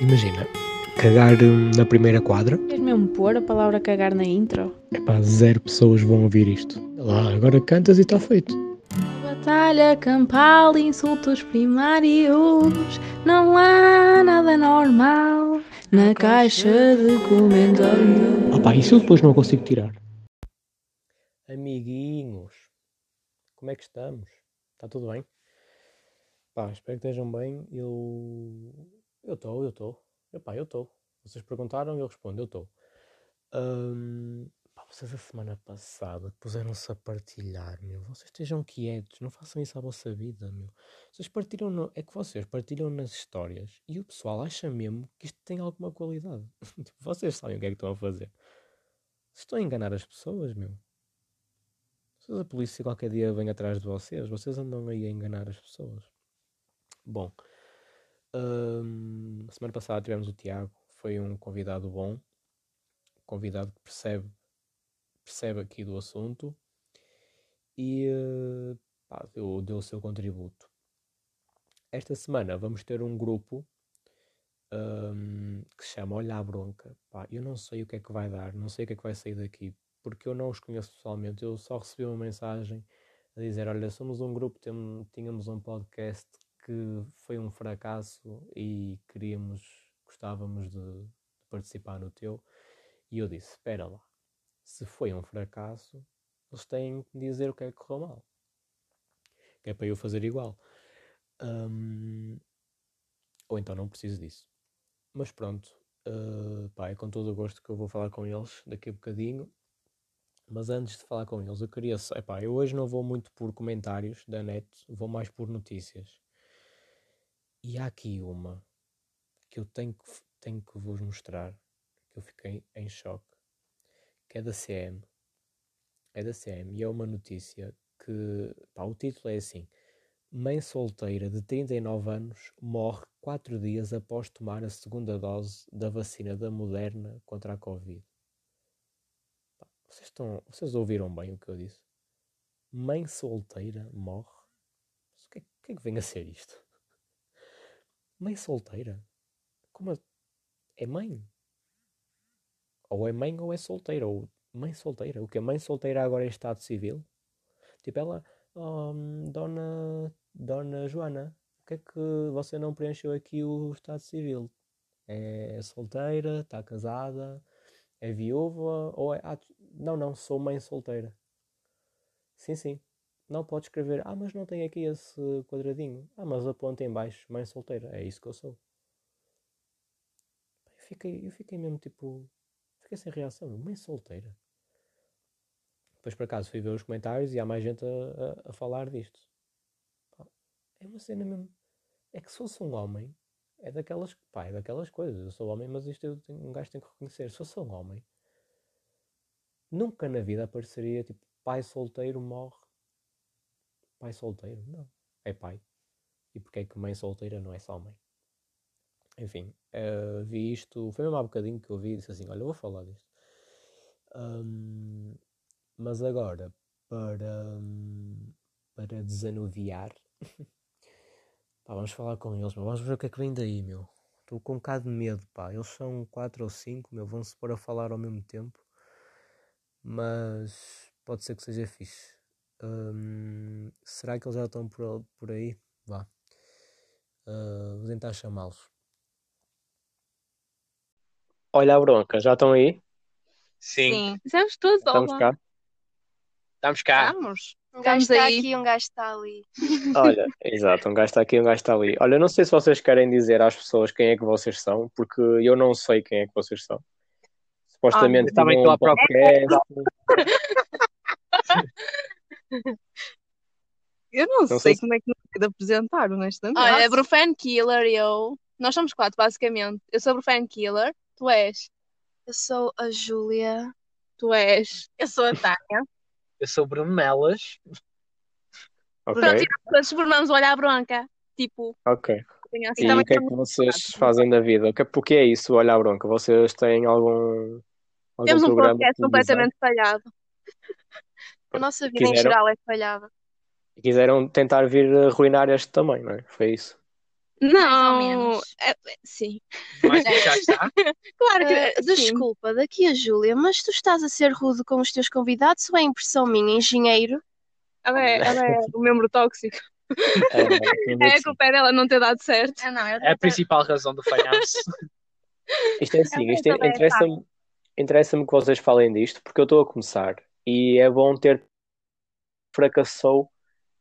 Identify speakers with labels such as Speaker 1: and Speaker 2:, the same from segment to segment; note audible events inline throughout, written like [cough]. Speaker 1: Imagina, cagar hum, na primeira quadra.
Speaker 2: Queres mesmo pôr a palavra cagar na intro?
Speaker 1: Epá, zero pessoas vão ouvir isto. Olha Lá, agora cantas e está feito.
Speaker 2: Batalha campal, insultos primários, não há nada normal na caixa de comentários.
Speaker 1: Opá, isso eu depois não consigo tirar. Amiguinhos, como é que estamos? Está tudo bem? Pá, espero que estejam bem. Eu. Eu estou, eu estou. Epá, eu estou. Vocês perguntaram e eu respondo, eu estou. Hum, pá, vocês a semana passada puseram-se a partilhar, meu. Vocês estejam quietos, não façam isso à vossa vida, meu. Vocês partilham, no- é que vocês partilham nas histórias e o pessoal acha mesmo que isto tem alguma qualidade. [laughs] Tipo, vocês sabem o que é que estão a fazer. Vocês estão a enganar as pessoas, meu. Se a polícia qualquer dia vem atrás de vocês, vocês andam aí a enganar as pessoas. Bom, hum, semana passada tivemos o Tiago, foi um convidado bom, convidado que percebe, percebe aqui do assunto e eh, pá, deu, deu o seu contributo. Esta semana vamos ter um grupo hum, que se chama Olha a Bronca. Pá, eu não sei o que é que vai dar, não sei o que é que vai sair daqui, porque eu não os conheço pessoalmente, eu só recebi uma mensagem a dizer, olha, somos um grupo, temo- tínhamos um podcast que foi um fracasso e queríamos, gostávamos de participar no teu. E eu disse, espera lá, se foi um fracasso, eles têm que me dizer o que é que correu mal. Que é para eu fazer igual. Hum, ou então não preciso disso. Mas pronto, eh, pá, é com todo o gosto que eu vou falar com eles daqui a bocadinho. Mas antes de falar com eles, eu queria só. Epá, eu hoje não vou muito por comentários da net, vou mais por notícias. E há aqui uma que eu tenho que, f- tenho que vos mostrar, que eu fiquei em choque, que é da CM. É da CM e é uma notícia que. Pá, o título é assim: Mãe solteira de 39 anos morre 4 dias após tomar a segunda dose da vacina da Moderna contra a Covid. Vocês, estão, vocês ouviram bem o que eu disse? Mãe solteira morre? Mas o que, é- o que é que vem a ser isto? Mãe solteira? Como a- É mãe? Ou é mãe ou é solteira? Ou mãe solteira? O que? Mãe solteira agora em estado civil? Tipo, ela... "Oh, hum, dona, dona Joana, o que é que você não preencheu aqui o estado civil? É, é solteira? Está casada? É viúva ou é. Ah, tu- não, não, sou mãe solteira. Sim, sim. Não pode escrever. Ah, mas não tem aqui esse quadradinho. Ah, mas aponta em baixo, mãe solteira. É isso que eu sou. Eu fiquei, eu fiquei mesmo tipo. Fiquei sem reação. eu, Mãe solteira. Depois por acaso fui ver os comentários e há mais gente a, a, a falar disto. Pá, É uma cena mesmo. É que se fosse um homem, é daquelas, pá, é daquelas coisas. Eu sou homem, mas isto eu tenho- um gajo tem que reconhecer. Se fosse um homem, Nunca na vida apareceria tipo pai solteiro morre. Pai solteiro? Não. É pai. E porque é que mãe solteira não é só mãe? Enfim, eh, vi isto. Foi mesmo há bocadinho que eu vi e disse assim: olha, eu vou falar disto. Ahm, mas agora, para, hum, para desanuviar, pá, vamos falar com eles, meu. vamos ver o que é que vem daí, meu. Estou com um bocado de medo, pá. Eles são quatro ou cinco, meu, vão-se pôr a falar ao mesmo tempo mas pode ser que seja fixe. Hum, será que eles já estão por, al- por aí? Vá. Ah, vou tentar chamá-los. Olha a bronca, já estão aí?
Speaker 3: Sim,
Speaker 4: Sim,
Speaker 5: Fizemos tudo,
Speaker 1: Estamos
Speaker 5: olá.
Speaker 1: cá. Estamos cá.
Speaker 5: Estamos.
Speaker 3: um gajo
Speaker 5: Estamos
Speaker 6: tá
Speaker 3: está
Speaker 5: aí.
Speaker 3: aqui, um gajo está ali.
Speaker 1: Olha, exato, um gajo está aqui, um gajo está ali. Olha, eu não sei se vocês querem dizer às pessoas quem é que vocês são, porque eu não sei quem é que vocês são. Supostamente
Speaker 4: eu também
Speaker 1: tinham
Speaker 4: estou
Speaker 1: um
Speaker 4: à procura.
Speaker 1: podcast.
Speaker 5: Eu não,
Speaker 1: sei
Speaker 5: sei,
Speaker 1: se-
Speaker 5: como é que não sei de apresentar, honestamente.
Speaker 3: Olha, Brufen Killer, eu. Nós somos quatro, basicamente. Eu sou a Brufen Killer, tu és,
Speaker 6: Eu sou a
Speaker 1: É,
Speaker 6: Júlia.
Speaker 3: tu és.
Speaker 5: eu sou a Tânia.
Speaker 4: eu sou Bruno Melas.
Speaker 1: Ok,
Speaker 3: Pronto, e nós formamos olhar a bronca. Tipo,
Speaker 1: ok.
Speaker 3: tem assim.
Speaker 1: E
Speaker 3: Também
Speaker 1: o que é
Speaker 3: tem-
Speaker 1: que vocês fazem da vida? O que é- Porque é isso, olha a bronca? Vocês têm algum, algum
Speaker 3: Temos um
Speaker 1: programa
Speaker 3: podcast
Speaker 1: de televisão?
Speaker 3: completamente falhado.
Speaker 6: A nossa vida
Speaker 1: Quiseram-
Speaker 6: em geral é falhada.
Speaker 3: [laughs]
Speaker 1: E quiseram tentar vir arruinar este também, não é? Foi isso.
Speaker 3: Não,
Speaker 6: menos.
Speaker 3: é- é- sim.
Speaker 4: Mas
Speaker 3: [laughs]
Speaker 4: já está.
Speaker 3: Claro que
Speaker 6: Ah,
Speaker 3: sim.
Speaker 6: desculpa, daqui a Júlia, mas tu estás a ser rude com os teus convidados ou é impressão minha, engenheiro?
Speaker 3: Ela é, ela
Speaker 1: [laughs]
Speaker 3: é o membro tóxico.
Speaker 1: É, tem a ver
Speaker 3: É
Speaker 1: que
Speaker 3: a
Speaker 1: sim.
Speaker 3: culpa é dela não ter dado certo.
Speaker 6: Ah, não, eu
Speaker 4: É a principal razão do
Speaker 1: [laughs]
Speaker 4: falhanço.
Speaker 1: Isto é assim,
Speaker 3: Eu
Speaker 1: isto é-
Speaker 3: também,
Speaker 1: interessa-me interessa-me que vocês falem disto, porque eu estou a começar e é bom ter fracassou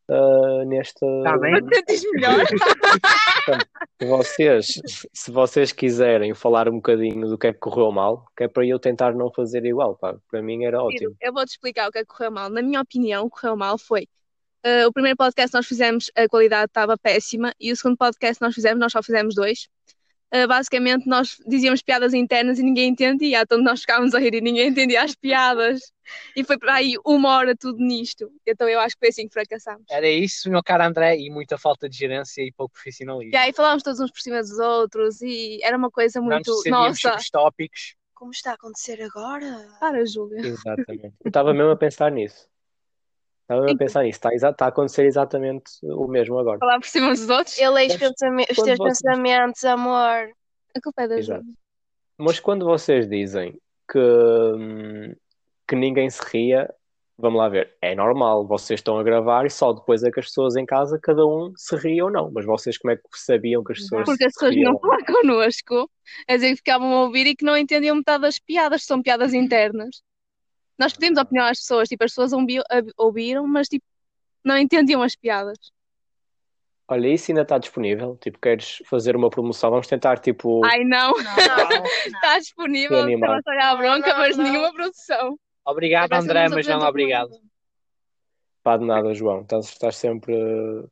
Speaker 1: ah, nesta.
Speaker 4: Tá bem.
Speaker 3: Diz melhor.
Speaker 1: Se vocês, se vocês quiserem falar um bocadinho do que é que correu mal, que é para eu tentar não fazer igual, pá. Para mim era ótimo.
Speaker 3: Eu vou-te explicar o que é que correu mal. Na minha opinião, o que correu mal foi eh, o primeiro podcast nós fizemos, a qualidade estava péssima, e o segundo podcast nós fizemos, nós só fizemos dois. Eh, basicamente, nós dizíamos piadas internas e ninguém entendia, então nós ficávamos a rir e ninguém entendia as piadas. E foi para aí uma hora tudo nisto. Então eu acho que foi assim que fracassámos.
Speaker 1: É
Speaker 4: Era isso, meu caro André, e muita falta de gerência e pouco profissionalismo.
Speaker 3: E aí falámos todos uns por cima dos outros e era uma coisa
Speaker 4: Não nos
Speaker 3: muito.
Speaker 4: decidimos
Speaker 3: Nossa,
Speaker 4: sobre os tópicos.
Speaker 6: Como está a acontecer agora?
Speaker 3: para, Júlia.
Speaker 1: Exatamente. Eu estava mesmo a pensar nisso. Estava mesmo a
Speaker 3: Então.
Speaker 1: pensar nisso. Está, exa- está a acontecer exatamente o mesmo agora.
Speaker 3: Falar por cima dos outros.
Speaker 6: Eu leio é os,
Speaker 1: Sabes,
Speaker 6: pensame- os
Speaker 1: quando
Speaker 6: teus
Speaker 1: vocês-
Speaker 6: pensamentos, amor.
Speaker 3: A culpa é da
Speaker 1: Exato.
Speaker 3: Júlia.
Speaker 1: Mas quando vocês dizem que, hum, que ninguém se ria, vamos lá ver, é normal, vocês estão a gravar e só depois é que as pessoas em casa, cada um se ria ou não. Mas vocês como é que sabiam que as pessoas
Speaker 3: Porque as pessoas
Speaker 1: riam?
Speaker 3: [laughs] vinham falar connosco, a dizer que ficavam a ouvir e que não entendiam metade das piadas, que são piadas internas. Nós pedimos a opinião às pessoas, tipo, as pessoas ouvi- ab- ouviram, mas tipo, não entendiam as piadas.
Speaker 1: Olha, isso ainda está disponível. Tipo, queres fazer uma promoção? Vamos tentar, tipo,
Speaker 3: Ai não, [laughs]
Speaker 6: Não, não,
Speaker 3: está disponível,
Speaker 1: Que animal.
Speaker 3: estava a olhar a bronca,
Speaker 5: É
Speaker 6: Não,
Speaker 3: mas
Speaker 6: não.
Speaker 3: nenhuma produção.
Speaker 4: Obrigado,
Speaker 3: Parece que
Speaker 4: André, mas
Speaker 3: não
Speaker 4: não
Speaker 3: apresentou
Speaker 4: obrigado.
Speaker 3: nada.
Speaker 1: pá, de nada, João. Estás, estás sempre eh,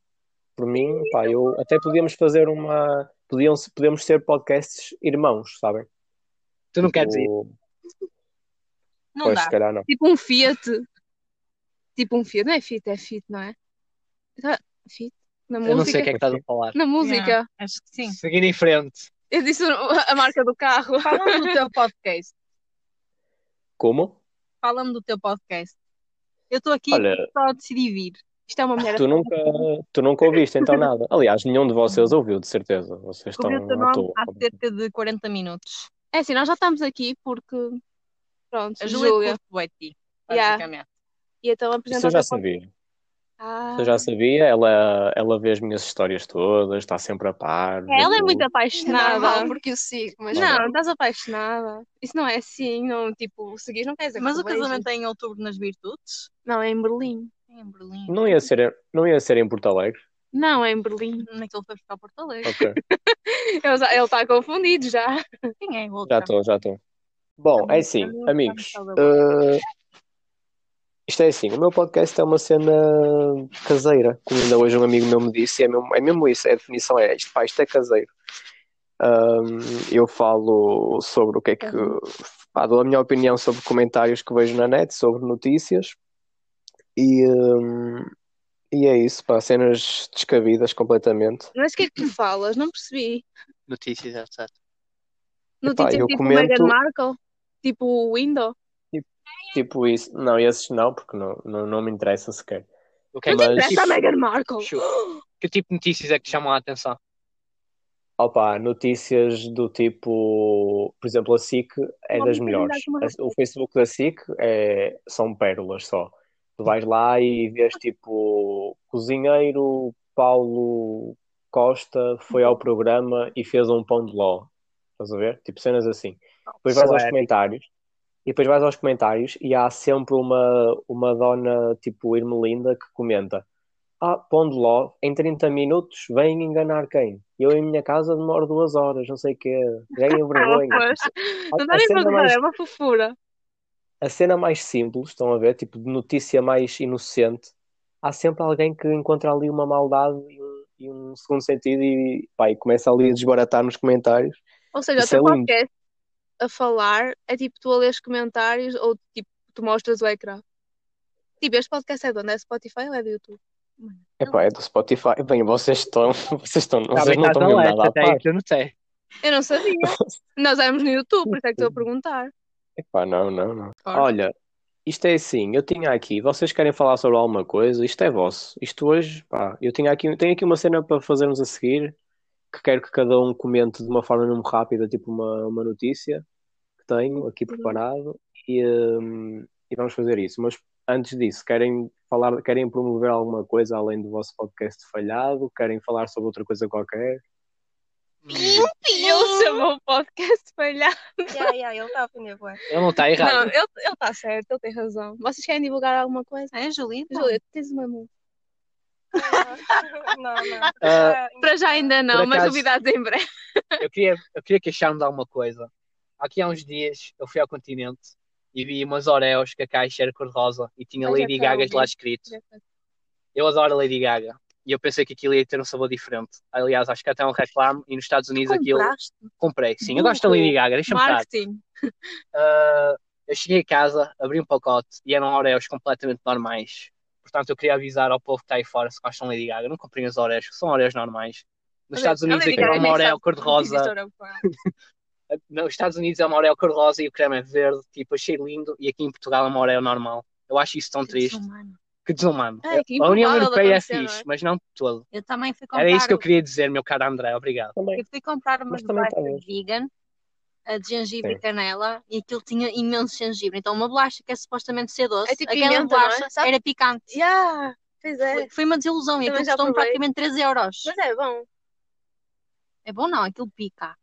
Speaker 1: por mim. Pá, eu até podíamos fazer um uma. Podiam, podemos ser podcasts irmãos, sabem?
Speaker 4: Tu não queres ir.
Speaker 1: Ou-
Speaker 5: Não
Speaker 1: pois,
Speaker 5: dá.
Speaker 1: se calhar não.
Speaker 3: Tipo um Fiat. Tipo um Fiat, não é Fiat, é Fiat, não é? Tá- Fiat? Na
Speaker 4: Eu não sei o que
Speaker 3: música?
Speaker 4: é que estás a falar.
Speaker 3: Na música.
Speaker 5: Acho que sim.
Speaker 4: Seguindo em frente.
Speaker 3: Eu disse a marca do carro.
Speaker 5: Fala-me do teu podcast.
Speaker 1: Como?
Speaker 5: Fala-me do teu podcast. Eu estou aqui
Speaker 1: Olha,
Speaker 5: só a decidir vir.
Speaker 3: [laughs] Isto é uma mulher.
Speaker 1: tu nunca, tu nunca ouviste então nada. Aliás, nenhum de vocês ouviu, de certeza. Vocês estão
Speaker 5: Descobri o teu
Speaker 1: então, à
Speaker 5: nome
Speaker 1: toa.
Speaker 5: há cerca de 40 minutos.
Speaker 3: É assim, nós já estamos aqui porque. Pronto,
Speaker 5: A Júlia,
Speaker 3: Júlia.
Speaker 5: curte bué de ti,
Speaker 3: Yeah.
Speaker 5: basicamente.
Speaker 3: E então
Speaker 1: Isso
Speaker 3: apresentar
Speaker 1: eu já
Speaker 3: o teu
Speaker 1: sabia.
Speaker 3: podcast.
Speaker 1: Isso eu já sabia. Ela, ela vê as minhas histórias todas, está sempre a par.
Speaker 3: É, Ela é
Speaker 1: vê
Speaker 3: muito
Speaker 1: tudo.
Speaker 6: não,
Speaker 3: apaixonada.
Speaker 6: não, porque eu sigo, mas
Speaker 3: Não, estás apaixonada. Isso não é assim, não, tipo, seguir não quer dizer que
Speaker 5: Mas
Speaker 3: tu
Speaker 5: o casamento
Speaker 3: beijas.
Speaker 5: é em outubro nas Virtudes?
Speaker 3: Não, é em Berlim.
Speaker 5: É Em Berlim.
Speaker 1: Não ia ser, não ia ser em Porto Alegre.
Speaker 3: Não, é em Berlim.
Speaker 5: Naquele foi buscar Porto Alegre.
Speaker 1: Ok.
Speaker 3: Ele já- ele está confundido já.
Speaker 5: Quem é a outra?
Speaker 1: Já estou, já estou. Bom, é assim, amigos. eh, isto é assim, o meu podcast é uma cena caseira, como ainda hoje um amigo meu me disse, e é mesmo, é mesmo isso, a definição é isto, pá, isto é caseiro. Ahm, eu falo sobre o que é que. Pá, dou a minha opinião sobre comentários que vejo na net, sobre notícias, e, ahm, e é isso, pá, cenas descabidas completamente.
Speaker 3: Mas o que é que tu falas? Não percebi.
Speaker 4: Notícias, etc.
Speaker 3: No
Speaker 1: Epá,
Speaker 3: tipo,
Speaker 1: eu
Speaker 3: tipo
Speaker 1: comento-
Speaker 3: Meghan Markle? Tipo o Window?
Speaker 1: Tipo isso, não, esses não, porque não, não, não me interessa sequer.
Speaker 4: O que é
Speaker 3: Não
Speaker 1: Mas-
Speaker 3: te
Speaker 4: que-
Speaker 3: interessa né? a Meghan Markle?
Speaker 4: Chupa. Que tipo de notícias é que te chamam a atenção?
Speaker 1: Opa, notícias do tipo, por exemplo, a SIC é
Speaker 3: Uma
Speaker 1: das
Speaker 3: menina
Speaker 1: melhores.
Speaker 3: com uma
Speaker 1: A- O Facebook da SIC é, são pérolas só. Tu vais lá e vês tipo, cozinheiro Paulo Costa foi ao programa e fez um pão de ló. Estás a ver? Tipo cenas assim. Depois vais aos
Speaker 4: Claro.
Speaker 1: comentários e depois vais aos comentários e há sempre uma, uma dona tipo Irmelinda que comenta Ah, pão de ló, em 30 minutos vem enganar quem? Eu em minha casa demoro duas horas, não sei o quê. Ganha
Speaker 4: [laughs]
Speaker 3: Ah,
Speaker 1: vergonha.
Speaker 3: [laughs] pois. Não dá
Speaker 1: a,
Speaker 3: nem para
Speaker 1: cena
Speaker 3: gozar,
Speaker 1: mais,
Speaker 3: é uma fofura.
Speaker 1: a cena mais simples, estão a ver, tipo de notícia mais inocente, há sempre alguém que encontra ali uma maldade e um, e um segundo sentido e, pá, e começa ali a desbaratar nos comentários.
Speaker 3: Ou seja,
Speaker 1: Isso
Speaker 3: o teu
Speaker 1: é lindo.
Speaker 3: podcast a falar é tipo tu a lês comentários ou tipo tu mostras o ecrã. Tipo, este podcast é de onde? É Spotify ou é do YouTube?
Speaker 1: Epá, é do Spotify. Bem, vocês estão, [laughs] vocês estão, vocês
Speaker 4: Também
Speaker 1: não
Speaker 4: estás
Speaker 1: estão mesmo
Speaker 4: alerta,
Speaker 1: nada a
Speaker 4: até aí
Speaker 1: par.
Speaker 4: que eu notei.
Speaker 3: Eu não
Speaker 1: [laughs]
Speaker 3: sabia. Nós éramos no YouTube, por isso é que estou a perguntar.
Speaker 1: Epá, não, não, não.
Speaker 5: Ora.
Speaker 1: Olha, isto é assim, eu tinha aqui, vocês querem falar sobre alguma coisa? Isto é vosso. Isto hoje, pá, eu tinha aqui, tenho aqui uma cena para fazermos a seguir que quero que cada um comente de uma forma mesmo rápida, tipo uma, uma notícia que tenho aqui preparado, e, hum, e vamos fazer isso. Mas antes disso, querem falar, querem promover alguma coisa além do vosso podcast falhado? Querem falar sobre outra coisa qualquer?
Speaker 4: Hum.
Speaker 6: Ele chamou o podcast falhar. [laughs]
Speaker 7: Yeah, yeah, ele
Speaker 6: tá
Speaker 7: está a aprender bué.
Speaker 4: Ele não está
Speaker 6: Não,
Speaker 4: errado.
Speaker 6: ele está certo, ele tem razão. Vocês querem divulgar alguma coisa?
Speaker 5: É, Julita?
Speaker 6: Júlia, tens uma música?
Speaker 7: Não, não.
Speaker 4: Ah,
Speaker 6: Para já ainda não,
Speaker 4: Por
Speaker 6: mas
Speaker 4: acaso-
Speaker 6: novidades em breve.
Speaker 4: Eu queria, eu queria queixar-me de alguma coisa. Aqui há uns dias eu fui ao continente e vi umas Oreos que a caixa era cor-de-rosa e tinha
Speaker 6: Ah, já
Speaker 4: Lady
Speaker 6: tá,
Speaker 4: Gaga lá
Speaker 6: ouvi.
Speaker 4: escrito. Eu adoro a Lady Gaga e eu pensei que aquilo ia ter um sabor diferente. Aliás, acho que até é um reclame e nos Estados Unidos aquilo
Speaker 5: Compraste?
Speaker 4: comprei. Sim, eu gosto da Lady Gaga, deixa-me estar.
Speaker 6: Marketing.
Speaker 4: Ah, eu cheguei a casa, abri um pacote e eram Oreos completamente normais. Portanto, eu queria avisar ao povo que está aí fora se gostam de Lady Gaga, não comprem as Oreos, que são Oreos normais. Nos Estados Unidos
Speaker 6: Lady
Speaker 4: aquilo é
Speaker 6: Gaga
Speaker 4: uma
Speaker 6: nem
Speaker 4: Oreo
Speaker 6: sabe
Speaker 4: cor-de-rosa.
Speaker 6: Existe Ouro Pá.
Speaker 4: Nos Estados Unidos é uma Oreo cor-de-rosa e o creme é verde, tipo, achei lindo. E aqui em Portugal é uma Oreo normal. Eu acho isso tão triste.
Speaker 5: Desumano.
Speaker 4: Que desumano.
Speaker 5: Ah,
Speaker 6: É, que
Speaker 4: A União
Speaker 6: improvável de
Speaker 4: Europeia é
Speaker 6: acontecer, não é?
Speaker 4: fixe, mas não de todo.
Speaker 5: Eu também fui comprar.
Speaker 4: Era isso que eu queria dizer, meu caro André, obrigado.
Speaker 1: Também.
Speaker 5: Eu fui comprar umas
Speaker 1: Mas também tá
Speaker 5: bolachas vegan, a de gengibre
Speaker 1: Sim.
Speaker 5: e canela, e aquilo tinha imenso gengibre. Então, uma bolacha que é supostamente ser doce,
Speaker 6: É tipo
Speaker 5: aquela
Speaker 6: pimenta, não é?
Speaker 5: bolacha
Speaker 6: Sabe?
Speaker 5: era picante.
Speaker 6: Yeah, pois é.
Speaker 5: Foi- Foi uma desilusão, e
Speaker 6: Também
Speaker 5: aquilo
Speaker 6: já
Speaker 5: custou-me
Speaker 6: provei.
Speaker 5: praticamente 3 euros.
Speaker 6: Mas é bom,
Speaker 5: É bom não, aquilo pica.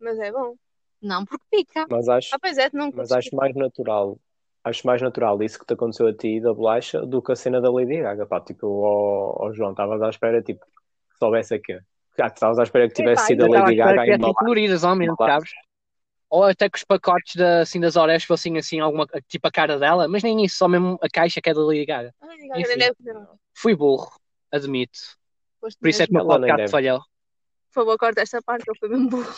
Speaker 6: mas é bom.
Speaker 5: Não, porque pica.
Speaker 1: Mas acho,
Speaker 6: Ah, pois é, tu não
Speaker 1: mas
Speaker 6: curtes
Speaker 1: acho mais natural. Acho mais natural isso que te aconteceu a ti da bolacha do que a cena da Lady Gaga. Pá, tipo, ó ó João, estavas à espera tipo, que soubesse a quê? Ah, tu estavas à espera que tivesse sido a
Speaker 4: Eu
Speaker 1: Lady
Speaker 4: estava à espera
Speaker 1: Gaga
Speaker 4: que
Speaker 1: em
Speaker 4: tivessem
Speaker 1: uma
Speaker 4: coloridas, ao menos,
Speaker 1: Embalagem.
Speaker 4: sabes? Ou até que os pacotes da, assim, das Oreos fossem assim, alguma, tipo a cara dela, mas nem isso, só mesmo a caixa que é da Lady Gaga.
Speaker 6: Ah, Lady Gaga
Speaker 4: Enfim.
Speaker 6: deve fazer um
Speaker 4: Fui burro, admito.
Speaker 6: gosto
Speaker 4: Por isso é
Speaker 6: mesmo.
Speaker 4: que o meu
Speaker 1: Ela nem deve.
Speaker 4: podcast falhou.
Speaker 6: Por favor, corta esta parte, eu fui mesmo burro.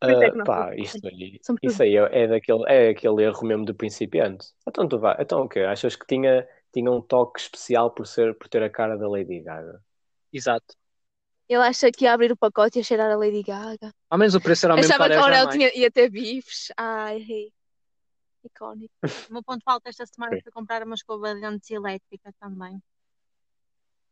Speaker 6: Por isso é que não
Speaker 1: Ah, pá, isto aí,
Speaker 6: [laughs] São tudo.
Speaker 1: isso aí é, é daquele, é aquele erro mesmo do principiante. Então tu vai, então o quê? Achas que tinha, tinha um toque especial por ser, por ter a cara da Lady Gaga?
Speaker 4: Exato.
Speaker 6: Ele acha que ia abrir o pacote e ia cheirar a Lady Gaga.
Speaker 4: Ao menos o preço era o mesmo
Speaker 6: Achava que
Speaker 4: para
Speaker 6: a Aurel
Speaker 4: jamais.
Speaker 6: tinha, ia ter bifes. Ai, errei. Icónico.
Speaker 5: O meu ponto falta esta semana
Speaker 1: Sim.
Speaker 5: foi comprar uma escova de dentes elétrica também.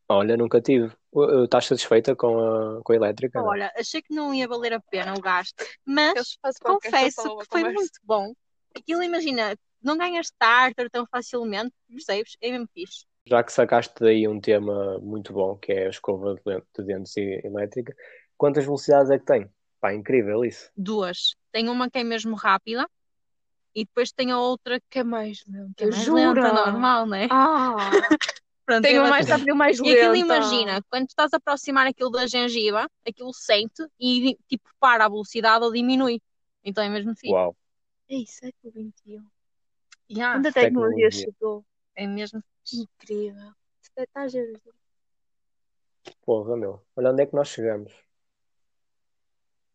Speaker 1: Olha, nunca tive. Uh, uh, Estás satisfeita com a, com a elétrica? não?
Speaker 5: Olha, achei que não ia valer a pena o gasto, mas
Speaker 6: faço
Speaker 5: confesso que foi
Speaker 6: é.
Speaker 5: muito bom. Aquilo, imagina, não ganhas starter tão facilmente, percebes? É mesmo fixe.
Speaker 1: Já que sacaste daí um tema muito bom, que é a escova de len- de dentes e- elétrica, quantas velocidades é que tem? Pá, incrível isso.
Speaker 5: Duas. Tem uma que é mesmo rápida e depois tem a outra que
Speaker 6: Que é mais lento.
Speaker 5: é mais lenta, normal, né?
Speaker 6: Ah,
Speaker 5: [laughs] Pronto,
Speaker 6: tenho
Speaker 5: ela
Speaker 6: mais
Speaker 5: tem-
Speaker 6: rápido e mais
Speaker 5: E
Speaker 6: lenta.
Speaker 5: aquilo, imagina, quando estás a aproximar aquilo da gengiva, aquilo sente e tipo para a velocidade ou diminui. Então é mesmo fixe.
Speaker 1: Uau.
Speaker 6: Ei, século XXI.
Speaker 5: Yeah,
Speaker 6: Quando a
Speaker 1: tecnologia.
Speaker 6: tecnologia
Speaker 4: um.
Speaker 6: chegou.
Speaker 5: é mesmo fixe.
Speaker 6: Incrível. Está a ver.
Speaker 1: Porra, meu. Olha onde é que nós chegamos.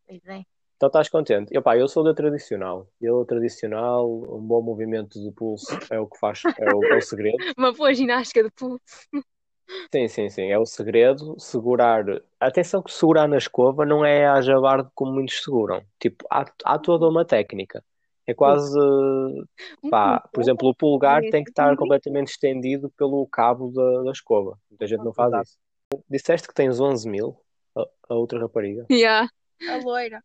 Speaker 5: Pois é.
Speaker 1: Então estás contente? Eu, pá, eu sou da tradicional. Eu, tradicional, um bom movimento do pulso é o que faz, é o, é o segredo.
Speaker 6: Uma boa ginástica de pulo.
Speaker 1: Sim, sim, sim, é o segredo. Segurar. Atenção que segurar na escova não é a jabarde como muitos seguram. Tipo, há, há toda uma técnica. É quase.
Speaker 5: Um
Speaker 1: Pá,
Speaker 6: Uhum.
Speaker 1: por exemplo, o pulgar tem que
Speaker 6: é
Speaker 1: estar completamente estendido pelo cabo da, da escova. Muita
Speaker 6: Ah,
Speaker 1: gente não faz isso. Disseste que tens 11 mil, a, a outra rapariga.
Speaker 6: Yeah.
Speaker 5: A loira.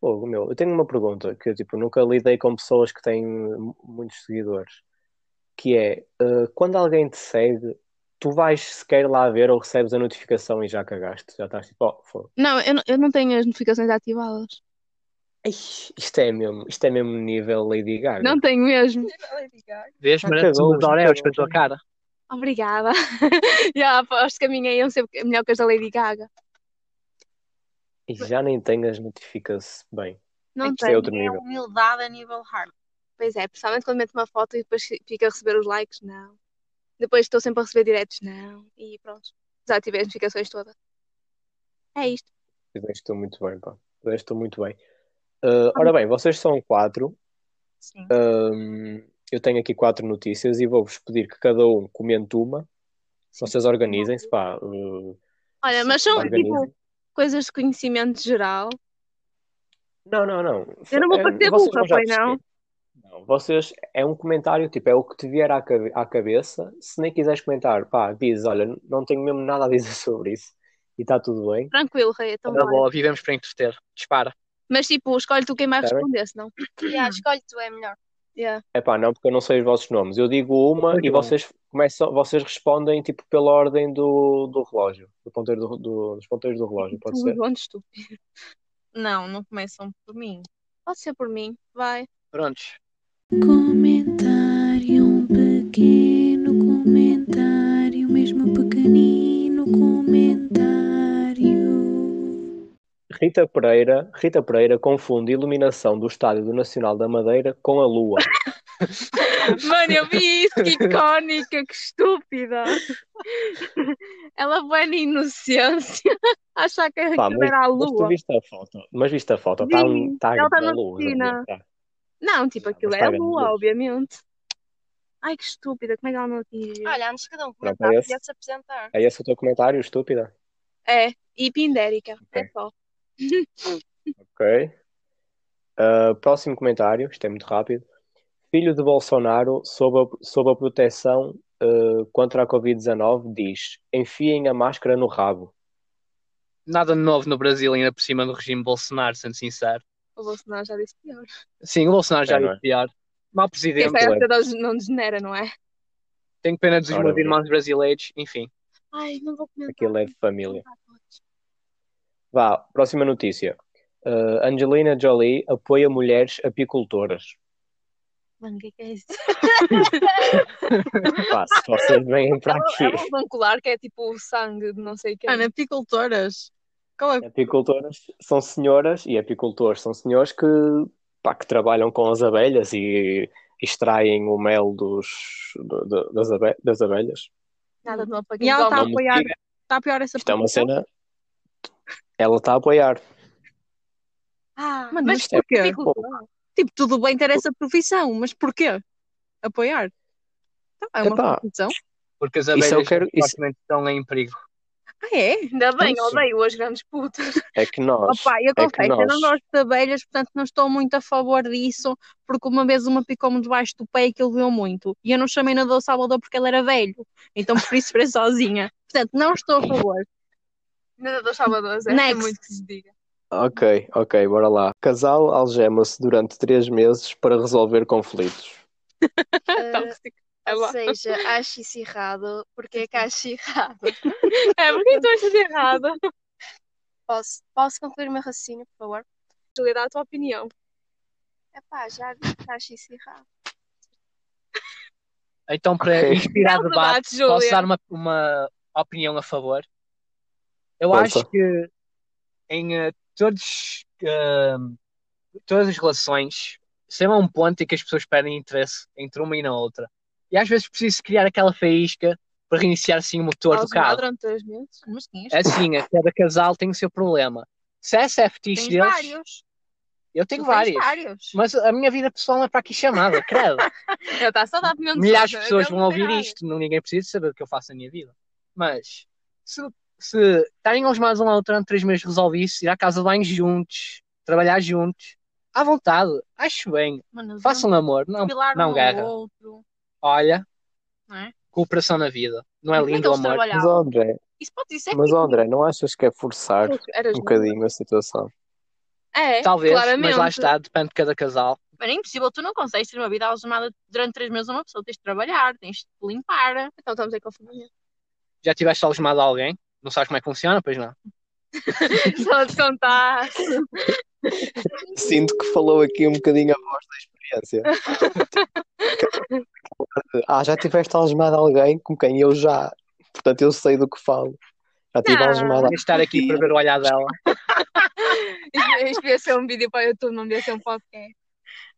Speaker 1: Fogo, meu, eu tenho uma pergunta que eu tipo, nunca lidei com pessoas que têm mu- muitos seguidores, que é, eh, quando alguém te segue, tu vais sequer lá ver ou recebes a notificação e já cagaste, já estás tipo, oh, fogo.
Speaker 6: Não, eu, não- eu não tenho as notificações ativadas.
Speaker 1: Ei, isto é mesmo, isto é mesmo nível Lady Gaga.
Speaker 6: Não tenho mesmo.
Speaker 4: Vês,
Speaker 1: Já
Speaker 4: merece
Speaker 1: cagou,
Speaker 4: umas
Speaker 1: já
Speaker 4: Oreos
Speaker 1: cagou.
Speaker 4: para a tua cara.
Speaker 6: Obrigada. [laughs] Já, aposto que a minha iam ser melhor que as da Lady Gaga.
Speaker 1: E já nem tenho as notificações. Bem,
Speaker 6: Não
Speaker 1: isto é
Speaker 6: tenho.
Speaker 1: outro
Speaker 5: É
Speaker 1: nível.
Speaker 5: humildade a nível hard.
Speaker 6: Pois é, principalmente quando meto uma foto e depois fica a receber os likes, não. Depois estou sempre a receber diretos, não. E pronto. Desativei as notificações todas. É isto.
Speaker 1: Fizeste muito bem, pá. Fizeste muito bem. Eh, ora bem, vocês são quatro.
Speaker 5: Sim.
Speaker 1: Hum, eu tenho aqui quatro notícias e vou-vos pedir que cada um comente uma. Vocês organizem-se, pá. uh,
Speaker 6: Olha, mas são
Speaker 1: organizem.
Speaker 6: tipo coisas de conhecimento geral.
Speaker 1: Não, não, não.
Speaker 6: Eu não vou
Speaker 1: É,
Speaker 6: parecer
Speaker 1: vocês
Speaker 6: burra,
Speaker 1: vão já
Speaker 6: pois não?
Speaker 1: perceber. Não, vocês, é um comentário, tipo, é o que te vier à, cabe- à cabeça. Se nem quiseres comentar, pá, diz, olha, não tenho mesmo nada a dizer [laughs] sobre isso. E está tudo bem.
Speaker 3: Tranquilo, Rei, então
Speaker 1: Tá
Speaker 4: Na
Speaker 3: bora.
Speaker 4: boa, vivemos para entreter. Dispara.
Speaker 3: Mas tipo, escolhe tu quem vai
Speaker 1: Tá bem.
Speaker 3: responder, senão.
Speaker 6: [coughs] Yeah, escolhe tu, é melhor.
Speaker 3: Yeah.
Speaker 1: É pá, não, porque eu não sei os vossos nomes. Eu digo uma
Speaker 4: Muito
Speaker 1: e
Speaker 4: bom.
Speaker 1: vocês começam, vocês respondem, tipo, pela ordem do, do relógio. Do ponteiro do, do- dos ponteiros do relógio, pode ser?
Speaker 3: Tu, onde tu?
Speaker 5: Não, não começam por mim.
Speaker 3: Pode ser por mim, vai.
Speaker 4: Prontos.
Speaker 2: Um Comentário, um pequeno comentário, mesmo pequenino comentário.
Speaker 1: Rita Pereira, Rita Pereira confunde a iluminação do Estádio do Nacional da Madeira com a lua.
Speaker 5: Mano, eu vi isso, que icónica, que estúpida. Ela é vai na [laughs] inocência achar que
Speaker 1: Pá,
Speaker 5: aquilo
Speaker 1: mas,
Speaker 5: era a
Speaker 1: mas tu
Speaker 5: lua.
Speaker 1: viste a foto? Mas viste a foto? Está um,
Speaker 3: Vi,
Speaker 1: tá
Speaker 3: ela tá
Speaker 1: grande a
Speaker 3: na
Speaker 1: lua.
Speaker 3: piscina.
Speaker 1: não é? Tá.
Speaker 3: Não, tipo,
Speaker 1: Não,
Speaker 3: aquilo
Speaker 1: mas
Speaker 3: é a
Speaker 1: tá grande
Speaker 3: lua,
Speaker 1: luz.
Speaker 3: obviamente. Ai, que estúpida, como é que ela não atingiu?
Speaker 6: Olha, antes de cada um
Speaker 1: Pronto,
Speaker 6: comentar,
Speaker 1: é esse.
Speaker 6: podia-se apresentar.
Speaker 1: É esse o teu comentário, estúpida?
Speaker 3: É, e Pindérica,
Speaker 1: Ok.
Speaker 3: é só.
Speaker 1: Ok. Uh, próximo comentário, isto é muito rápido. Filho de Bolsonaro, sob a, sob a proteção uh, contra a Covid-19, diz: enfiem a máscara no rabo.
Speaker 4: Nada de novo no Brasil, ainda por cima do regime Bolsonaro, sendo sincero.
Speaker 3: O Bolsonaro já disse pior.
Speaker 4: Sim, é o Bolsonaro já
Speaker 1: É, não
Speaker 4: disse pior. Mal
Speaker 3: Quem
Speaker 4: presidente.
Speaker 6: é-
Speaker 3: sai
Speaker 1: leve.
Speaker 3: da cidade não degenera, não é?
Speaker 4: Tenho pena dos
Speaker 1: Ora é?
Speaker 4: meus
Speaker 1: bem.
Speaker 4: irmãos brasileiros. Enfim.
Speaker 3: Ai, não vou comentar.
Speaker 1: Aquilo é de família. Vá, próxima notícia. Uh, Angelina Jolie apoia mulheres apicultoras.
Speaker 5: Mano, o que é que é isso?
Speaker 1: Pá, se vocês vêm para
Speaker 3: Ela,
Speaker 1: aqui.
Speaker 3: ela bancular que é tipo o sangue de não sei quem.
Speaker 5: Mano, apicultoras. Qual é?
Speaker 1: Apicultoras são senhoras e apicultores são senhores que, pá, que trabalham com as abelhas e extraem o mel dos, do- do- das, abe- das abelhas.
Speaker 3: Nada
Speaker 6: Uhum.
Speaker 3: de novo para
Speaker 5: E
Speaker 3: quem
Speaker 5: ela está a
Speaker 1: Não me
Speaker 5: apoiar,
Speaker 1: diga.
Speaker 5: está a apoiar essa
Speaker 1: Isto é uma
Speaker 5: posição?
Speaker 1: cena. Ela está a apoiar.
Speaker 3: Ah,
Speaker 5: Mano,
Speaker 1: Mas
Speaker 5: mas
Speaker 1: isto é
Speaker 5: porquê?
Speaker 1: muito bom.
Speaker 4: é.
Speaker 5: Tipo, tudo bem ter essa profissão, mas porquê? Apoiar? Então, é uma
Speaker 1: Epá.
Speaker 5: profissão?
Speaker 4: Porque as
Speaker 1: Isso é eu
Speaker 4: abelhas
Speaker 1: quero- isso-
Speaker 4: fortemente estão em perigo.
Speaker 5: Ah, é?
Speaker 3: ainda bem,
Speaker 1: Isso.
Speaker 3: odeio as grandes
Speaker 6: [laughs]
Speaker 3: putas.
Speaker 1: É que nós.
Speaker 5: Opa, eu
Speaker 1: é que
Speaker 5: confesso, eu não
Speaker 1: nós-
Speaker 5: gosto de abelhas, portanto não estou muito a favor disso, porque uma vez uma picou-me debaixo do pé e aquilo doeu muito. E eu não chamei na do Salvador porque ele era velho, então por isso foi sozinha. Portanto, não estou a favor.
Speaker 3: Nada dos Salvadores, é
Speaker 5: Next.
Speaker 6: [laughs]
Speaker 3: muito que se diga.
Speaker 1: Ok, ok, bora lá. Casal algema-se durante três meses para resolver conflitos.
Speaker 5: Então,
Speaker 6: Uh,
Speaker 5: tipo,
Speaker 3: Tóxico. É
Speaker 6: ou
Speaker 3: lá.
Speaker 6: seja, acho isso errado. Porque é que acho errado?
Speaker 3: É, porque estou a dizer errado.
Speaker 6: Posso, posso concluir o meu raciocínio, por favor?
Speaker 3: Julia, dá a tua opinião.
Speaker 6: Epá, já vi que acho isso errado.
Speaker 4: Então, para
Speaker 1: Ok.
Speaker 4: inspirar
Speaker 3: É o
Speaker 4: debate,
Speaker 3: debate, Júlia.
Speaker 4: posso dar uma, uma opinião a favor? Eu
Speaker 1: Força.
Speaker 4: acho que em eh, todos, ehm, todas as relações, sempre há um ponto em que as pessoas perdem interesse entre uma e na outra. E às vezes preciso criar aquela faísca para reiniciar assim o motor do
Speaker 3: Elas
Speaker 4: carro.
Speaker 3: durante três meses.
Speaker 5: Mas quem é este?
Speaker 4: É Assim, a cada casal tem o seu problema. Se essa é fetiche
Speaker 5: Tens
Speaker 4: deles,
Speaker 5: vários.
Speaker 4: eu
Speaker 5: Tu
Speaker 4: tenho
Speaker 5: tens
Speaker 4: vários.
Speaker 5: vários.
Speaker 4: Mas a minha vida pessoal não é para aqui chamada, credo.
Speaker 3: Ela está só a dar opinião dos
Speaker 4: milhares de
Speaker 5: é
Speaker 3: outros,
Speaker 4: pessoas
Speaker 3: aquele
Speaker 4: vão ouvir
Speaker 3: caralho.
Speaker 4: isto, não, ninguém precisa saber o que eu faço na minha vida. Mas se, se estarem aos mais um ao outro durante três meses resolve isso, ir à casa de banho juntos, trabalhar juntos, à vontade, acho bem,
Speaker 5: Mano,
Speaker 4: façam amor, não,
Speaker 5: pilar
Speaker 4: não
Speaker 5: Uhum. um
Speaker 4: guerra.
Speaker 5: ao outro.
Speaker 4: Olha,
Speaker 5: Não é?
Speaker 4: cooperação na vida, não é
Speaker 5: Como é que
Speaker 4: lindo o
Speaker 5: eles
Speaker 4: amor?
Speaker 1: Mas,
Speaker 5: trabalhavam?
Speaker 1: ó, André,
Speaker 5: Isso pode
Speaker 3: É
Speaker 5: dizer
Speaker 1: mas
Speaker 5: que
Speaker 1: ó, André, não achas que é forçar
Speaker 3: Eras
Speaker 1: um bocadinho a situação?
Speaker 3: É,
Speaker 4: Talvez,
Speaker 3: claramente.
Speaker 4: mas lá
Speaker 3: [laughs]
Speaker 4: está, depende de cada casal.
Speaker 5: Mano, é impossível, tu não consegues ter uma vida algemada durante três meses a uma pessoa, tens de trabalhar, tens de limpar.
Speaker 3: Então estamos em confinamento.
Speaker 4: Já tiveste algemado alguém? Não sabes como é que funciona? Pois não.
Speaker 3: Só te contar.
Speaker 1: Sinto que falou aqui um bocadinho a voz da experiência.
Speaker 3: [laughs]
Speaker 1: ah, já tiveste algemado alguém com quem eu já. Portanto, eu sei do que falo. Já tive
Speaker 3: Não.
Speaker 1: algemado.
Speaker 4: Vou estar aqui para ver o olhar dela.
Speaker 3: Isto, [laughs] isto devia ser um vídeo para o YouTube, não devia ser um podcast.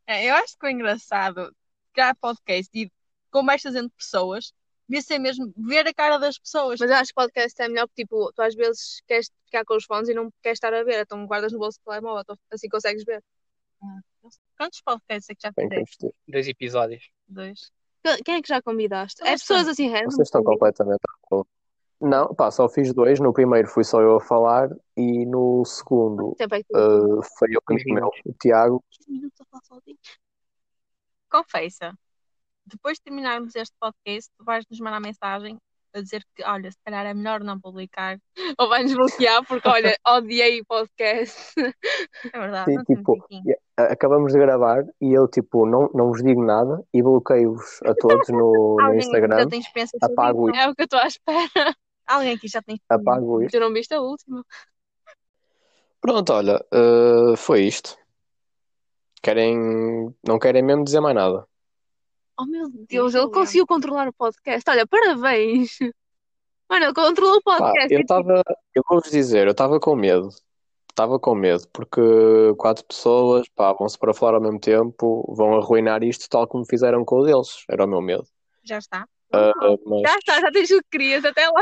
Speaker 5: É, eu acho que o engraçado criar podcast e conversas entre pessoas devia ser mesmo ver a cara das pessoas.
Speaker 3: Mas eu acho que podcast é melhor porque, tipo, tu às vezes queres ficar com os fones e não queres estar a ver, então guardas no bolso do telemóvel, então assim consegues ver.
Speaker 5: Quantos podcasts é que já
Speaker 1: Tenho que
Speaker 5: fizeste?
Speaker 1: investir.
Speaker 4: Dois episódios.
Speaker 5: Dois.
Speaker 3: Que- Quem é que já convidaste?
Speaker 5: Nossa.
Speaker 3: É pessoas assim random?
Speaker 1: Vocês estão completamente à toa. Não, pá, só fiz dois. No primeiro fui só eu a falar e no segundo
Speaker 3: Tempo é que tu
Speaker 1: ah, foi eu que
Speaker 4: Uns
Speaker 1: o Tiago.
Speaker 5: minutos a falar sozinho. Confessa, depois de terminarmos este podcast, tu vais-nos mandar mensagem a dizer que, olha, se calhar é melhor não publicar.
Speaker 3: Ou vai-nos bloquear porque, olha, odiei o podcast.
Speaker 5: É verdade,
Speaker 8: Sim,
Speaker 5: não temos
Speaker 8: tipo,
Speaker 5: aqui.
Speaker 8: A- Acabamos de gravar e eu, tipo, não, não vos digo nada e bloqueio-vos a todos no, no
Speaker 5: Alguém aqui já
Speaker 8: Instagram.
Speaker 5: tem experiência sobre
Speaker 8: Apago
Speaker 5: isso?
Speaker 8: isto,
Speaker 3: É o que eu estou à espera.
Speaker 5: Alguém aqui já tem experiência.
Speaker 8: apago isto.
Speaker 3: Tu não viste a última.
Speaker 8: Pronto, olha, eh, foi isto. Querem, não querem mesmo dizer mais nada.
Speaker 5: Oh meu Deus,
Speaker 3: Deus, ele
Speaker 5: Juliana.
Speaker 3: conseguiu controlar o podcast. Olha, parabéns. Mano, ele controlou [laughs] o
Speaker 8: Pá,
Speaker 3: podcast.
Speaker 8: eu estava, eu vou-vos dizer, eu estava com medo. Estava com medo, porque quatro pessoas, pá, vão-se para fora ao mesmo tempo, vão arruinar isto tal como fizeram com o deles. Era o meu medo.
Speaker 5: Já está.
Speaker 8: Ah, ah, mas
Speaker 3: Já está, já tens o que querias até lá.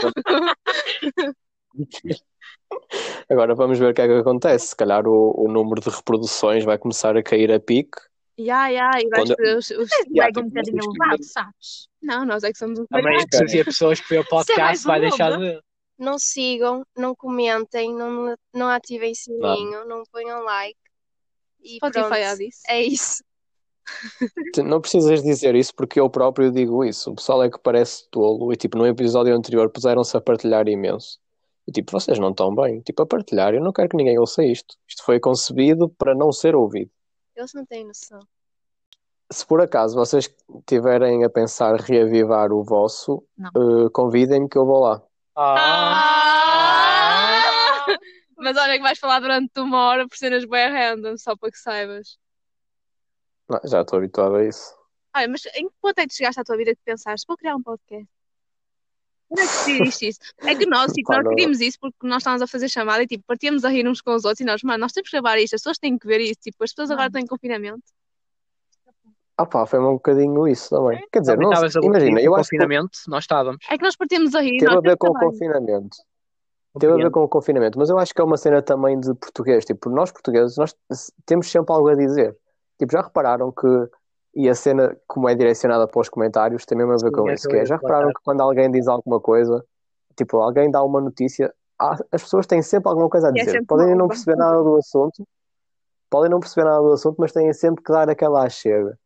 Speaker 8: agora vamos ver o que é que acontece. Se calhar o, o número de reproduções vai começar a cair a pique.
Speaker 3: Ya, ya, e vais
Speaker 8: Quando-
Speaker 3: ver os. os-
Speaker 5: Mas yeah,
Speaker 8: tipo,
Speaker 5: um bocadinho
Speaker 8: vocês que-
Speaker 5: elevado, sabes?
Speaker 3: Não, nós é que somos um
Speaker 4: Também
Speaker 8: Mas,
Speaker 4: isto
Speaker 8: cara,
Speaker 4: dizia pessoas que foi o podcast
Speaker 5: mais
Speaker 4: vai
Speaker 5: um
Speaker 4: deixar
Speaker 5: novo.
Speaker 4: de.
Speaker 6: Não sigam, não comentem, não, não ativem sininho, não ponham like. E pronto,
Speaker 3: Spotify há disso.
Speaker 6: é isso.
Speaker 8: Tu Não precisas dizer isso porque eu próprio digo isso. O pessoal é que parece tolo e, tipo, no episódio anterior puseram-se a partilhar imenso. E, tipo, vocês não estão bem. Tipo, a partilhar, eu não quero que ninguém ouça isto. Isto foi concebido para não ser ouvido.
Speaker 6: Eles não têm noção.
Speaker 8: Se por acaso vocês tiverem a pensar reavivar o vosso,
Speaker 5: Não.
Speaker 8: eh, convidem-me que eu vou lá.
Speaker 4: Ah,
Speaker 3: Ah! Mas olha que vais falar durante uma hora por cenas bem random, só para que saibas.
Speaker 8: Não, já estou habituado a isso.
Speaker 3: Olha, mas em que ponto é que tu chegaste à tua vida que pensaste, vou criar um podcast? Como é que tu dizes isso? É que nós, tipo, nós
Speaker 8: Para-
Speaker 3: pedimos isso porque nós estávamos a fazer chamada e tipo, partíamos a rir uns com os outros e nós, mano, nós temos que gravar isto, as pessoas têm que ver isto, tipo, as pessoas agora estão em confinamento.
Speaker 8: Ah pá, foi um bocadinho isso também. Quer dizer,
Speaker 4: também
Speaker 8: não,
Speaker 4: estavas a
Speaker 8: imagina, eu
Speaker 4: o
Speaker 8: acho que
Speaker 4: tipo um confinamento, nós estávamos.
Speaker 3: É que nós partíamos a rir,
Speaker 8: teve a
Speaker 3: nós
Speaker 8: ver
Speaker 3: temos
Speaker 8: com o
Speaker 3: trabalho.
Speaker 8: confinamento. Teve a ver com o confinamento, mas eu acho que é uma cena também de português. Tipo, nós portugueses, nós temos sempre algo a dizer. Tipo, já repararam que, e a cena como é direcionada para os comentários tem mesmo a ver
Speaker 4: Sim,
Speaker 8: com
Speaker 4: é que
Speaker 8: isso,
Speaker 4: eu
Speaker 8: que é,
Speaker 4: ia
Speaker 8: já
Speaker 4: comentar.
Speaker 8: repararam que quando alguém diz alguma coisa, tipo, alguém dá uma notícia, ah, há- as pessoas têm sempre alguma coisa a
Speaker 3: E é
Speaker 8: dizer.
Speaker 3: sempre
Speaker 8: Podem
Speaker 3: uma
Speaker 8: não
Speaker 3: bomba.
Speaker 8: perceber nada do assunto, podem não perceber nada do assunto, mas têm sempre que dar aquela achega.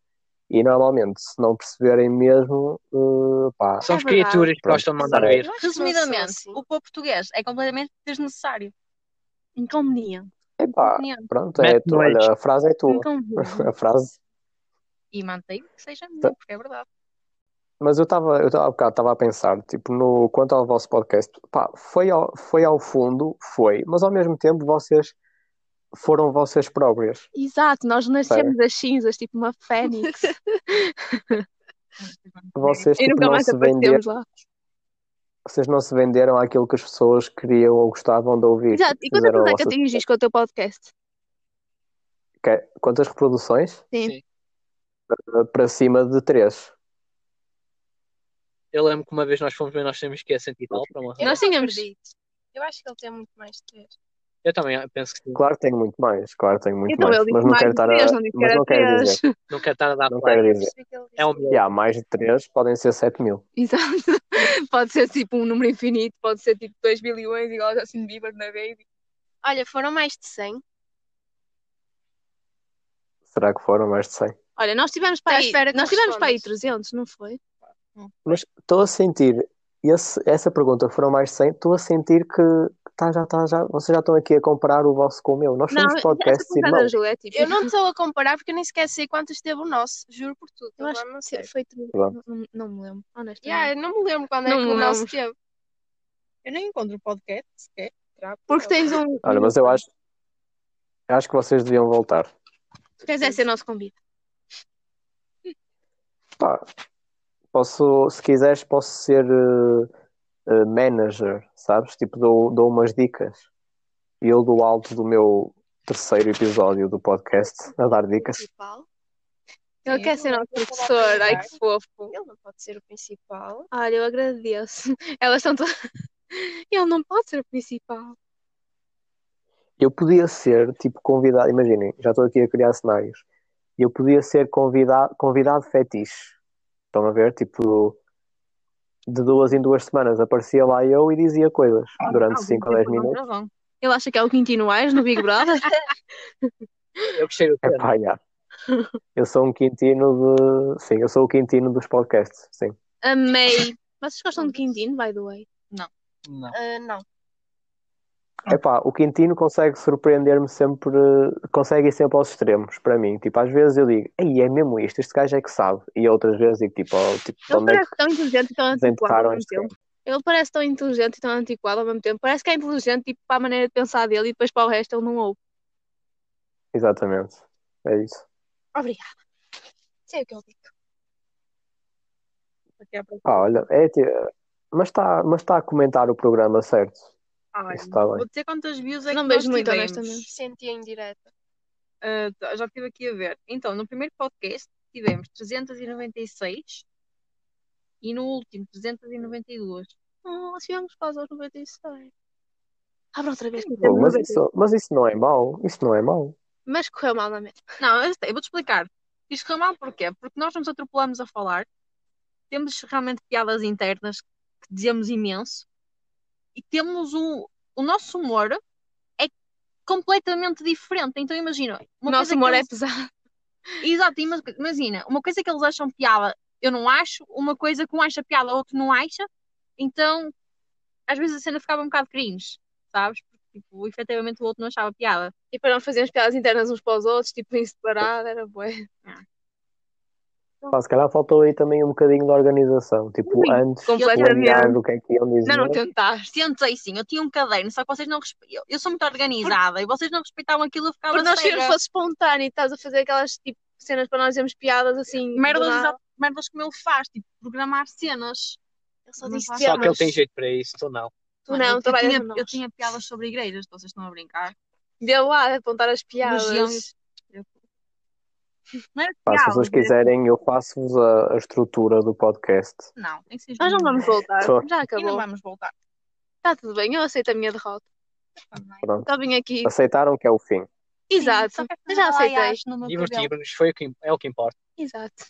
Speaker 8: E normalmente, se não perceberem mesmo, eh, pá,
Speaker 4: Somos
Speaker 3: É verdade.
Speaker 4: criaturas que
Speaker 8: Pronto,
Speaker 4: gostam de mandar
Speaker 8: é.
Speaker 4: ver.
Speaker 6: Eu acho que não sou
Speaker 5: Resumidamente,
Speaker 6: assim.
Speaker 5: o povo português é completamente desnecessário.
Speaker 3: Inconveniente,
Speaker 8: epá,
Speaker 5: Inconveniente.
Speaker 8: pronto, é,
Speaker 4: Mete
Speaker 8: tu,
Speaker 4: no eixo.
Speaker 8: olha, a frase é
Speaker 3: Hum.
Speaker 8: tua.
Speaker 3: inconveniente.
Speaker 8: [laughs] A frase.
Speaker 5: E mantenho que
Speaker 8: Tá,
Speaker 5: seja melhor, porque é verdade.
Speaker 8: Mas eu estava, eu estava há bocado, estava a pensar, tipo, no, quanto ao vosso podcast, pá, foi ao, foi ao fundo, foi, mas ao mesmo tempo vocês foram vocês próprias.
Speaker 3: Exato, nós nascemos das cinzas, tipo uma fênix. [laughs]
Speaker 8: Vocês,
Speaker 3: E
Speaker 8: tipo,
Speaker 3: nunca
Speaker 8: não
Speaker 3: mais
Speaker 8: se venderam,
Speaker 3: aparecemos lá.
Speaker 8: vocês não se venderam àquilo que as pessoas queriam ou gostavam de ouvir.
Speaker 3: Exato, e quantas
Speaker 8: Fizeram
Speaker 3: pessoas
Speaker 8: a
Speaker 3: é que
Speaker 8: vossa-
Speaker 3: atingiste com o teu podcast?
Speaker 8: Que- Quantas reproduções?
Speaker 3: Sim.
Speaker 4: Sim.
Speaker 8: Uh, Para cima de três.
Speaker 4: Eu lembro que uma vez nós fomos ver, nós temos que é sentir tal para uma
Speaker 6: Eu
Speaker 3: Nós
Speaker 6: não
Speaker 3: tínhamos-
Speaker 6: acredito. Eu acho que ele tem muito mais de três.
Speaker 4: Eu também penso que sim.
Speaker 8: Claro que tenho muito mais, claro que tenho muito
Speaker 3: Então
Speaker 8: mais,
Speaker 3: ele disse
Speaker 8: mas não
Speaker 3: mais
Speaker 8: quero
Speaker 3: de
Speaker 8: estar a-
Speaker 3: três, não disse que
Speaker 8: mas
Speaker 3: era
Speaker 8: não quero
Speaker 3: três.
Speaker 8: dizer,
Speaker 4: Não quero estar a dar
Speaker 8: não
Speaker 4: play.
Speaker 8: quero dizer.
Speaker 6: Percebi que ele disse
Speaker 4: É um
Speaker 6: que-
Speaker 8: E há mais de três, podem ser sete mil.
Speaker 3: Exato. [laughs] Pode ser tipo um número infinito, pode ser tipo 2 bilhões, igual a Justin Bieber na Baby.
Speaker 6: Olha, foram mais de 100.
Speaker 8: Será que foram mais de cem?
Speaker 3: Olha, nós tivemos para
Speaker 6: Tá à
Speaker 3: aí,
Speaker 6: espera que
Speaker 3: nós tivemos
Speaker 6: respondas.
Speaker 3: para aí 300, não foi?
Speaker 8: Mas estou a sentir, esse- essa pergunta foram mais de 100, estou a sentir que tá, já, tá, já, vocês já estão aqui a comparar o vosso com o meu. Nós somos
Speaker 3: não, essa
Speaker 8: podcasts
Speaker 3: pergunta da
Speaker 8: irmãos.
Speaker 3: Ju é tipo.
Speaker 6: Eu não estou a comparar porque eu nem sequer sei quantas teve o nosso. Juro por tudo.
Speaker 3: Eu acho
Speaker 6: Agora não
Speaker 3: se
Speaker 6: sei.
Speaker 3: foi tru-
Speaker 8: Pronto.
Speaker 3: não, não- não me lembro, honestamente.
Speaker 6: Yeah, eu não me lembro quando é
Speaker 3: Não
Speaker 6: que
Speaker 3: me
Speaker 6: o nosso
Speaker 3: lembro.
Speaker 6: teve.
Speaker 5: Eu nem encontro o podcast sequer. Será?
Speaker 3: Porque tens um.
Speaker 8: Olha, mas eu acho, eu acho que vocês deviam voltar.
Speaker 3: Tu queres é ser nosso convite.
Speaker 8: Pá, posso, se quiseres, posso ser eh, eh, manager, sabes? Tipo, dou, dou umas dicas. E eu do alto do meu terceiro episódio do podcast a dar dicas.
Speaker 6: Principal.
Speaker 3: Ele
Speaker 5: Sim,
Speaker 3: quer ser
Speaker 5: eu
Speaker 3: nosso
Speaker 5: vou falar
Speaker 3: professor,
Speaker 5: com
Speaker 3: ai
Speaker 5: ele.
Speaker 3: que fofo.
Speaker 6: Ele não pode ser o principal.
Speaker 3: Olha, eu agradeço. [laughs] Elas estão todas. Ele não pode ser o principal.
Speaker 8: Eu podia ser, tipo, convidado, imaginem, já estou aqui a criar cenários. Eu podia ser convidado, convidado fetiche. Estão a ver? Tipo, de duas em duas semanas aparecia lá eu e dizia coisas durante 5 ou 10 minutos.
Speaker 5: Razão.
Speaker 3: [laughs] Ele acha que é o Quintino Aires no Big Brother?
Speaker 4: Eu gostei do
Speaker 8: É
Speaker 4: termo.
Speaker 8: pá, já. Eu sou um quintino de. Sim, eu sou o quintino dos podcasts, sim.
Speaker 3: Amei. Vocês gostam de Quintino, by the way?
Speaker 4: Não.
Speaker 6: Ah, não.
Speaker 8: Epá, o Quintino consegue surpreender-me sempre, consegue ir sempre aos extremos, para mim. Tipo, às vezes eu digo, ei, é mesmo isto, este gajo é que sabe. E outras vezes digo, tipo, oh, tipo
Speaker 3: Ele
Speaker 8: onde é que
Speaker 3: parece tão inteligente e tão antiquado
Speaker 8: inventaram
Speaker 3: ao mesmo
Speaker 8: este
Speaker 3: tempo. Ele parece tão inteligente e tão antiquado ao mesmo tempo. Parece que é inteligente tipo, para a maneira de pensar dele e depois para o resto ele não ouve.
Speaker 8: Exatamente. É isso.
Speaker 6: Obrigada. Sei o que eu digo.
Speaker 5: Aqui à procura.
Speaker 8: Pá, olha, é ti- Mas está mas tá a comentar o programa certo.
Speaker 5: Ai,
Speaker 8: Isso tá bem.
Speaker 5: Vou dizer quantas views é
Speaker 3: Não
Speaker 5: que
Speaker 3: vejo
Speaker 5: nós
Speaker 3: muito,
Speaker 5: tivemos.
Speaker 3: honestamente.
Speaker 6: Senti em direto.
Speaker 5: Ah, tá, já estive aqui a ver. Então, no primeiro podcast tivemos 396 e no último 392.
Speaker 3: Oh, nós chegamos quase aos 96. Abra outra vez.
Speaker 8: Bom, mas, isso, mas isso não é mau. Isso não é mau.
Speaker 3: Mas correu mal é na mente.
Speaker 5: Não, eu, sei, eu vou-te explicar. Isto correu mal porquê? Porque nós nos atropelamos a falar, temos realmente piadas internas que dizemos imenso e temos o, o nosso humor é completamente diferente. Então imagina,
Speaker 3: O
Speaker 5: uma
Speaker 3: nosso
Speaker 5: coisa
Speaker 3: humor
Speaker 5: que
Speaker 3: é
Speaker 5: eles-
Speaker 3: pesado. [laughs]
Speaker 5: Exato, ima- imagina, uma coisa que eles acham piada, eu não acho, uma coisa que um acha piada, outro não acha, então às vezes a cena ficava um bocado cringe, sabes? Porque, tipo, efetivamente o outro não achava piada.
Speaker 3: E para nós fazíamos piadas internas uns para os outros, tipo em separado, era bué.
Speaker 8: Pá, se calhar faltou aí também um bocadinho de organização. Tipo,
Speaker 5: Ui,
Speaker 8: antes,
Speaker 3: completamente.
Speaker 8: planear o que é que iam dizer.
Speaker 3: Ainda não tentaste.
Speaker 5: Sentei sim, eu tinha um caderno, só que vocês não respe... eu, eu sou muito organizada e vocês não respeitavam aquilo, eu ficava
Speaker 3: Porque nós
Speaker 5: cega.
Speaker 3: queremos que fosse espontâneo e estás a fazer aquelas tipo cenas para nós dizermos piadas assim.
Speaker 5: merdas,
Speaker 3: do nada.
Speaker 5: exato, merdas como ele faz, tipo, programar cenas.
Speaker 3: Eu só
Speaker 5: Não
Speaker 3: disse
Speaker 5: faz
Speaker 4: Só que ele
Speaker 3: cenas.
Speaker 4: tem jeito para isso, tu não.
Speaker 3: Tu
Speaker 5: Mano, eu-
Speaker 3: não,
Speaker 5: eu,
Speaker 3: trabalhas
Speaker 5: tinha,
Speaker 3: com
Speaker 5: eu
Speaker 3: nós.
Speaker 5: tinha piadas sobre igrejas, vocês estão a brincar.
Speaker 3: Vê lá, apontar as piadas.
Speaker 5: Elogiões. Não era
Speaker 8: Pá, se
Speaker 5: piada,
Speaker 8: vocês
Speaker 5: era-
Speaker 8: quiserem, eu faço-vos a, a estrutura do podcast.
Speaker 5: Não, tem que ser
Speaker 3: Nós não vamos voltar.
Speaker 8: Tô.
Speaker 3: Já
Speaker 5: E não
Speaker 3: acabou.
Speaker 5: vamos voltar.
Speaker 6: Tá
Speaker 3: Está tudo bem, eu aceito a minha derrota.
Speaker 8: Pronto.
Speaker 3: Só vim aqui.
Speaker 8: Aceitaram que é o fim.
Speaker 3: Exato.
Speaker 5: Sim, só quero
Speaker 3: Eu
Speaker 5: fazer
Speaker 3: já
Speaker 5: uma
Speaker 3: aceitei.
Speaker 5: laiás no meu cabelo.
Speaker 4: Divertimos-nos, foi o que, é o que importa.
Speaker 3: Exato.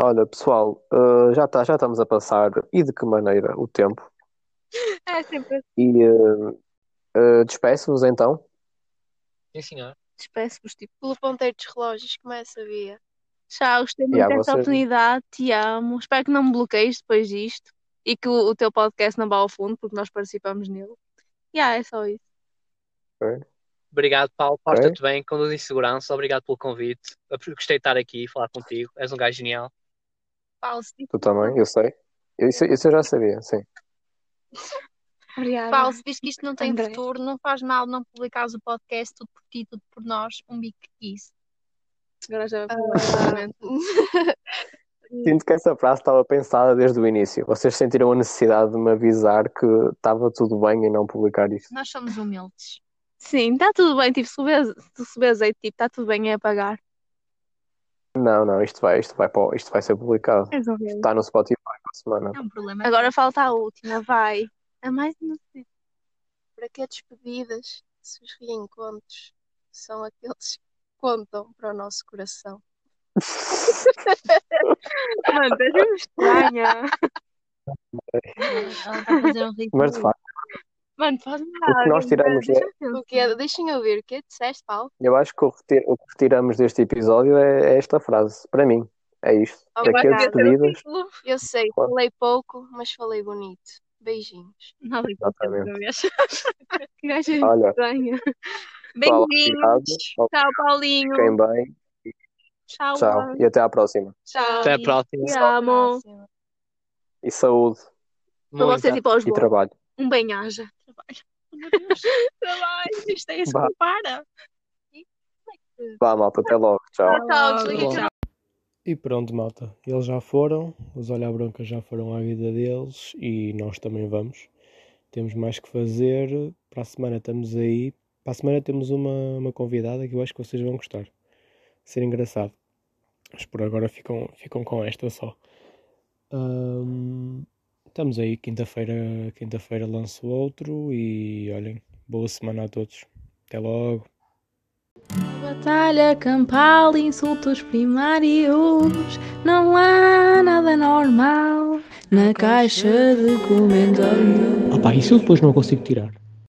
Speaker 8: Olha, pessoal, eh, já, tá, já estamos a passar e de que maneira o tempo.
Speaker 3: É sempre.
Speaker 8: E eh, eh, despeço-vos então.
Speaker 4: Sim, senhor.
Speaker 3: Despeço-vos, tipo.
Speaker 6: Pelo ponteiro dos relógios, como é que sabia?
Speaker 3: Tchau, gostei muito
Speaker 8: Yeah,
Speaker 3: desta
Speaker 8: vocês-
Speaker 3: oportunidade. Te amo. Espero que não me bloqueies depois disto e que o, o teu podcast não vá ao fundo, porque nós participamos nele. Yeah, é só isso.
Speaker 4: Obrigado, Paulo.
Speaker 8: Ok.
Speaker 4: Porta-te bem, conduz em segurança. Obrigado pelo convite. Eu Gostei de estar aqui e falar contigo. És um gajo genial.
Speaker 5: Paulo, se,
Speaker 8: Tu também, eu sei. Eu- Isso, isso eu já sabia, sim.
Speaker 3: Obrigada.
Speaker 5: Paulo, se vês que isto não tem
Speaker 3: André.
Speaker 5: futuro, não faz mal não publicares o podcast tudo por ti, tudo por nós. Um bico isso.
Speaker 3: Agora já vai
Speaker 8: Sinto que essa frase estava pensada desde o início. Vocês sentiram a necessidade de me avisar que estava tudo bem e não publicar isto.
Speaker 5: Nós somos humildes.
Speaker 3: Sim, está tudo bem. Tipo, se souberes, se souberes aí, tipo, está tudo bem, é apagar.
Speaker 8: Não, não, isto vai, isto vai, para o- isto vai ser é publicado.
Speaker 3: És um rei.
Speaker 8: Está no Spotify para a semana.
Speaker 5: É um
Speaker 3: [laughs]
Speaker 5: problema.
Speaker 3: Agora falta a última, vai. A mais inocente.
Speaker 6: Para que despedidas se os reencontros são aqueles que contam para o nosso coração?
Speaker 3: Mano, estás mesmo estranha.
Speaker 5: Ela está a fazer um ritmo.
Speaker 8: Mas de facto,
Speaker 3: Mano, faz-me
Speaker 8: o que nós tiramos, de-
Speaker 6: O que é? Deixem ouvir o que é? Disseste, Paulo?
Speaker 8: eu acho que o, reti- o que tiramos deste episódio é, é esta frase. Para mim, é isto. Para que
Speaker 6: Obrigada.
Speaker 8: despedidas?
Speaker 6: Eu sei,
Speaker 8: Claro.
Speaker 6: falei pouco, mas falei bonito. Beijinhos.
Speaker 5: Nada que
Speaker 8: Exatamente.
Speaker 5: outra vez.
Speaker 3: [laughs] Que gaja
Speaker 8: Olha,
Speaker 3: estranha.
Speaker 8: pessoal, Ah. obrigado.
Speaker 5: Beijinhos.
Speaker 3: Tchau, Paulinho.
Speaker 8: Fiquem bem.
Speaker 5: Tchau.
Speaker 8: Tchau. E até à próxima.
Speaker 3: Tchau.
Speaker 4: Até a
Speaker 3: e-
Speaker 4: próxima.
Speaker 3: Te amo.
Speaker 6: Próxima.
Speaker 8: E saúde
Speaker 3: Para
Speaker 4: Muita.
Speaker 3: vocês e para os
Speaker 8: e
Speaker 3: bons.
Speaker 8: trabalho.
Speaker 3: Um bem-aja.
Speaker 5: Trabalho. Isto é isso
Speaker 8: Vá.
Speaker 5: que para.
Speaker 8: Vá, malta. Até logo. Tchau.
Speaker 3: Tchau, desliga.
Speaker 1: Tchau. E pronto, malta, eles já foram, os Olha Branca já foram à vida deles e nós também vamos. Temos mais que fazer, para a semana estamos aí. Para a semana temos uma, uma convidada que eu acho que vocês vão gostar. Ser engraçado. Mas por agora ficam, ficam com esta só. Ahm, estamos aí, quinta-feira quinta-feira lanço outro e olhem, boa semana a todos. Até logo.
Speaker 2: Batalha campal, insultos primários, não há nada normal na caixa de comentários.
Speaker 1: Ah pá, isso eu depois não consigo tirar.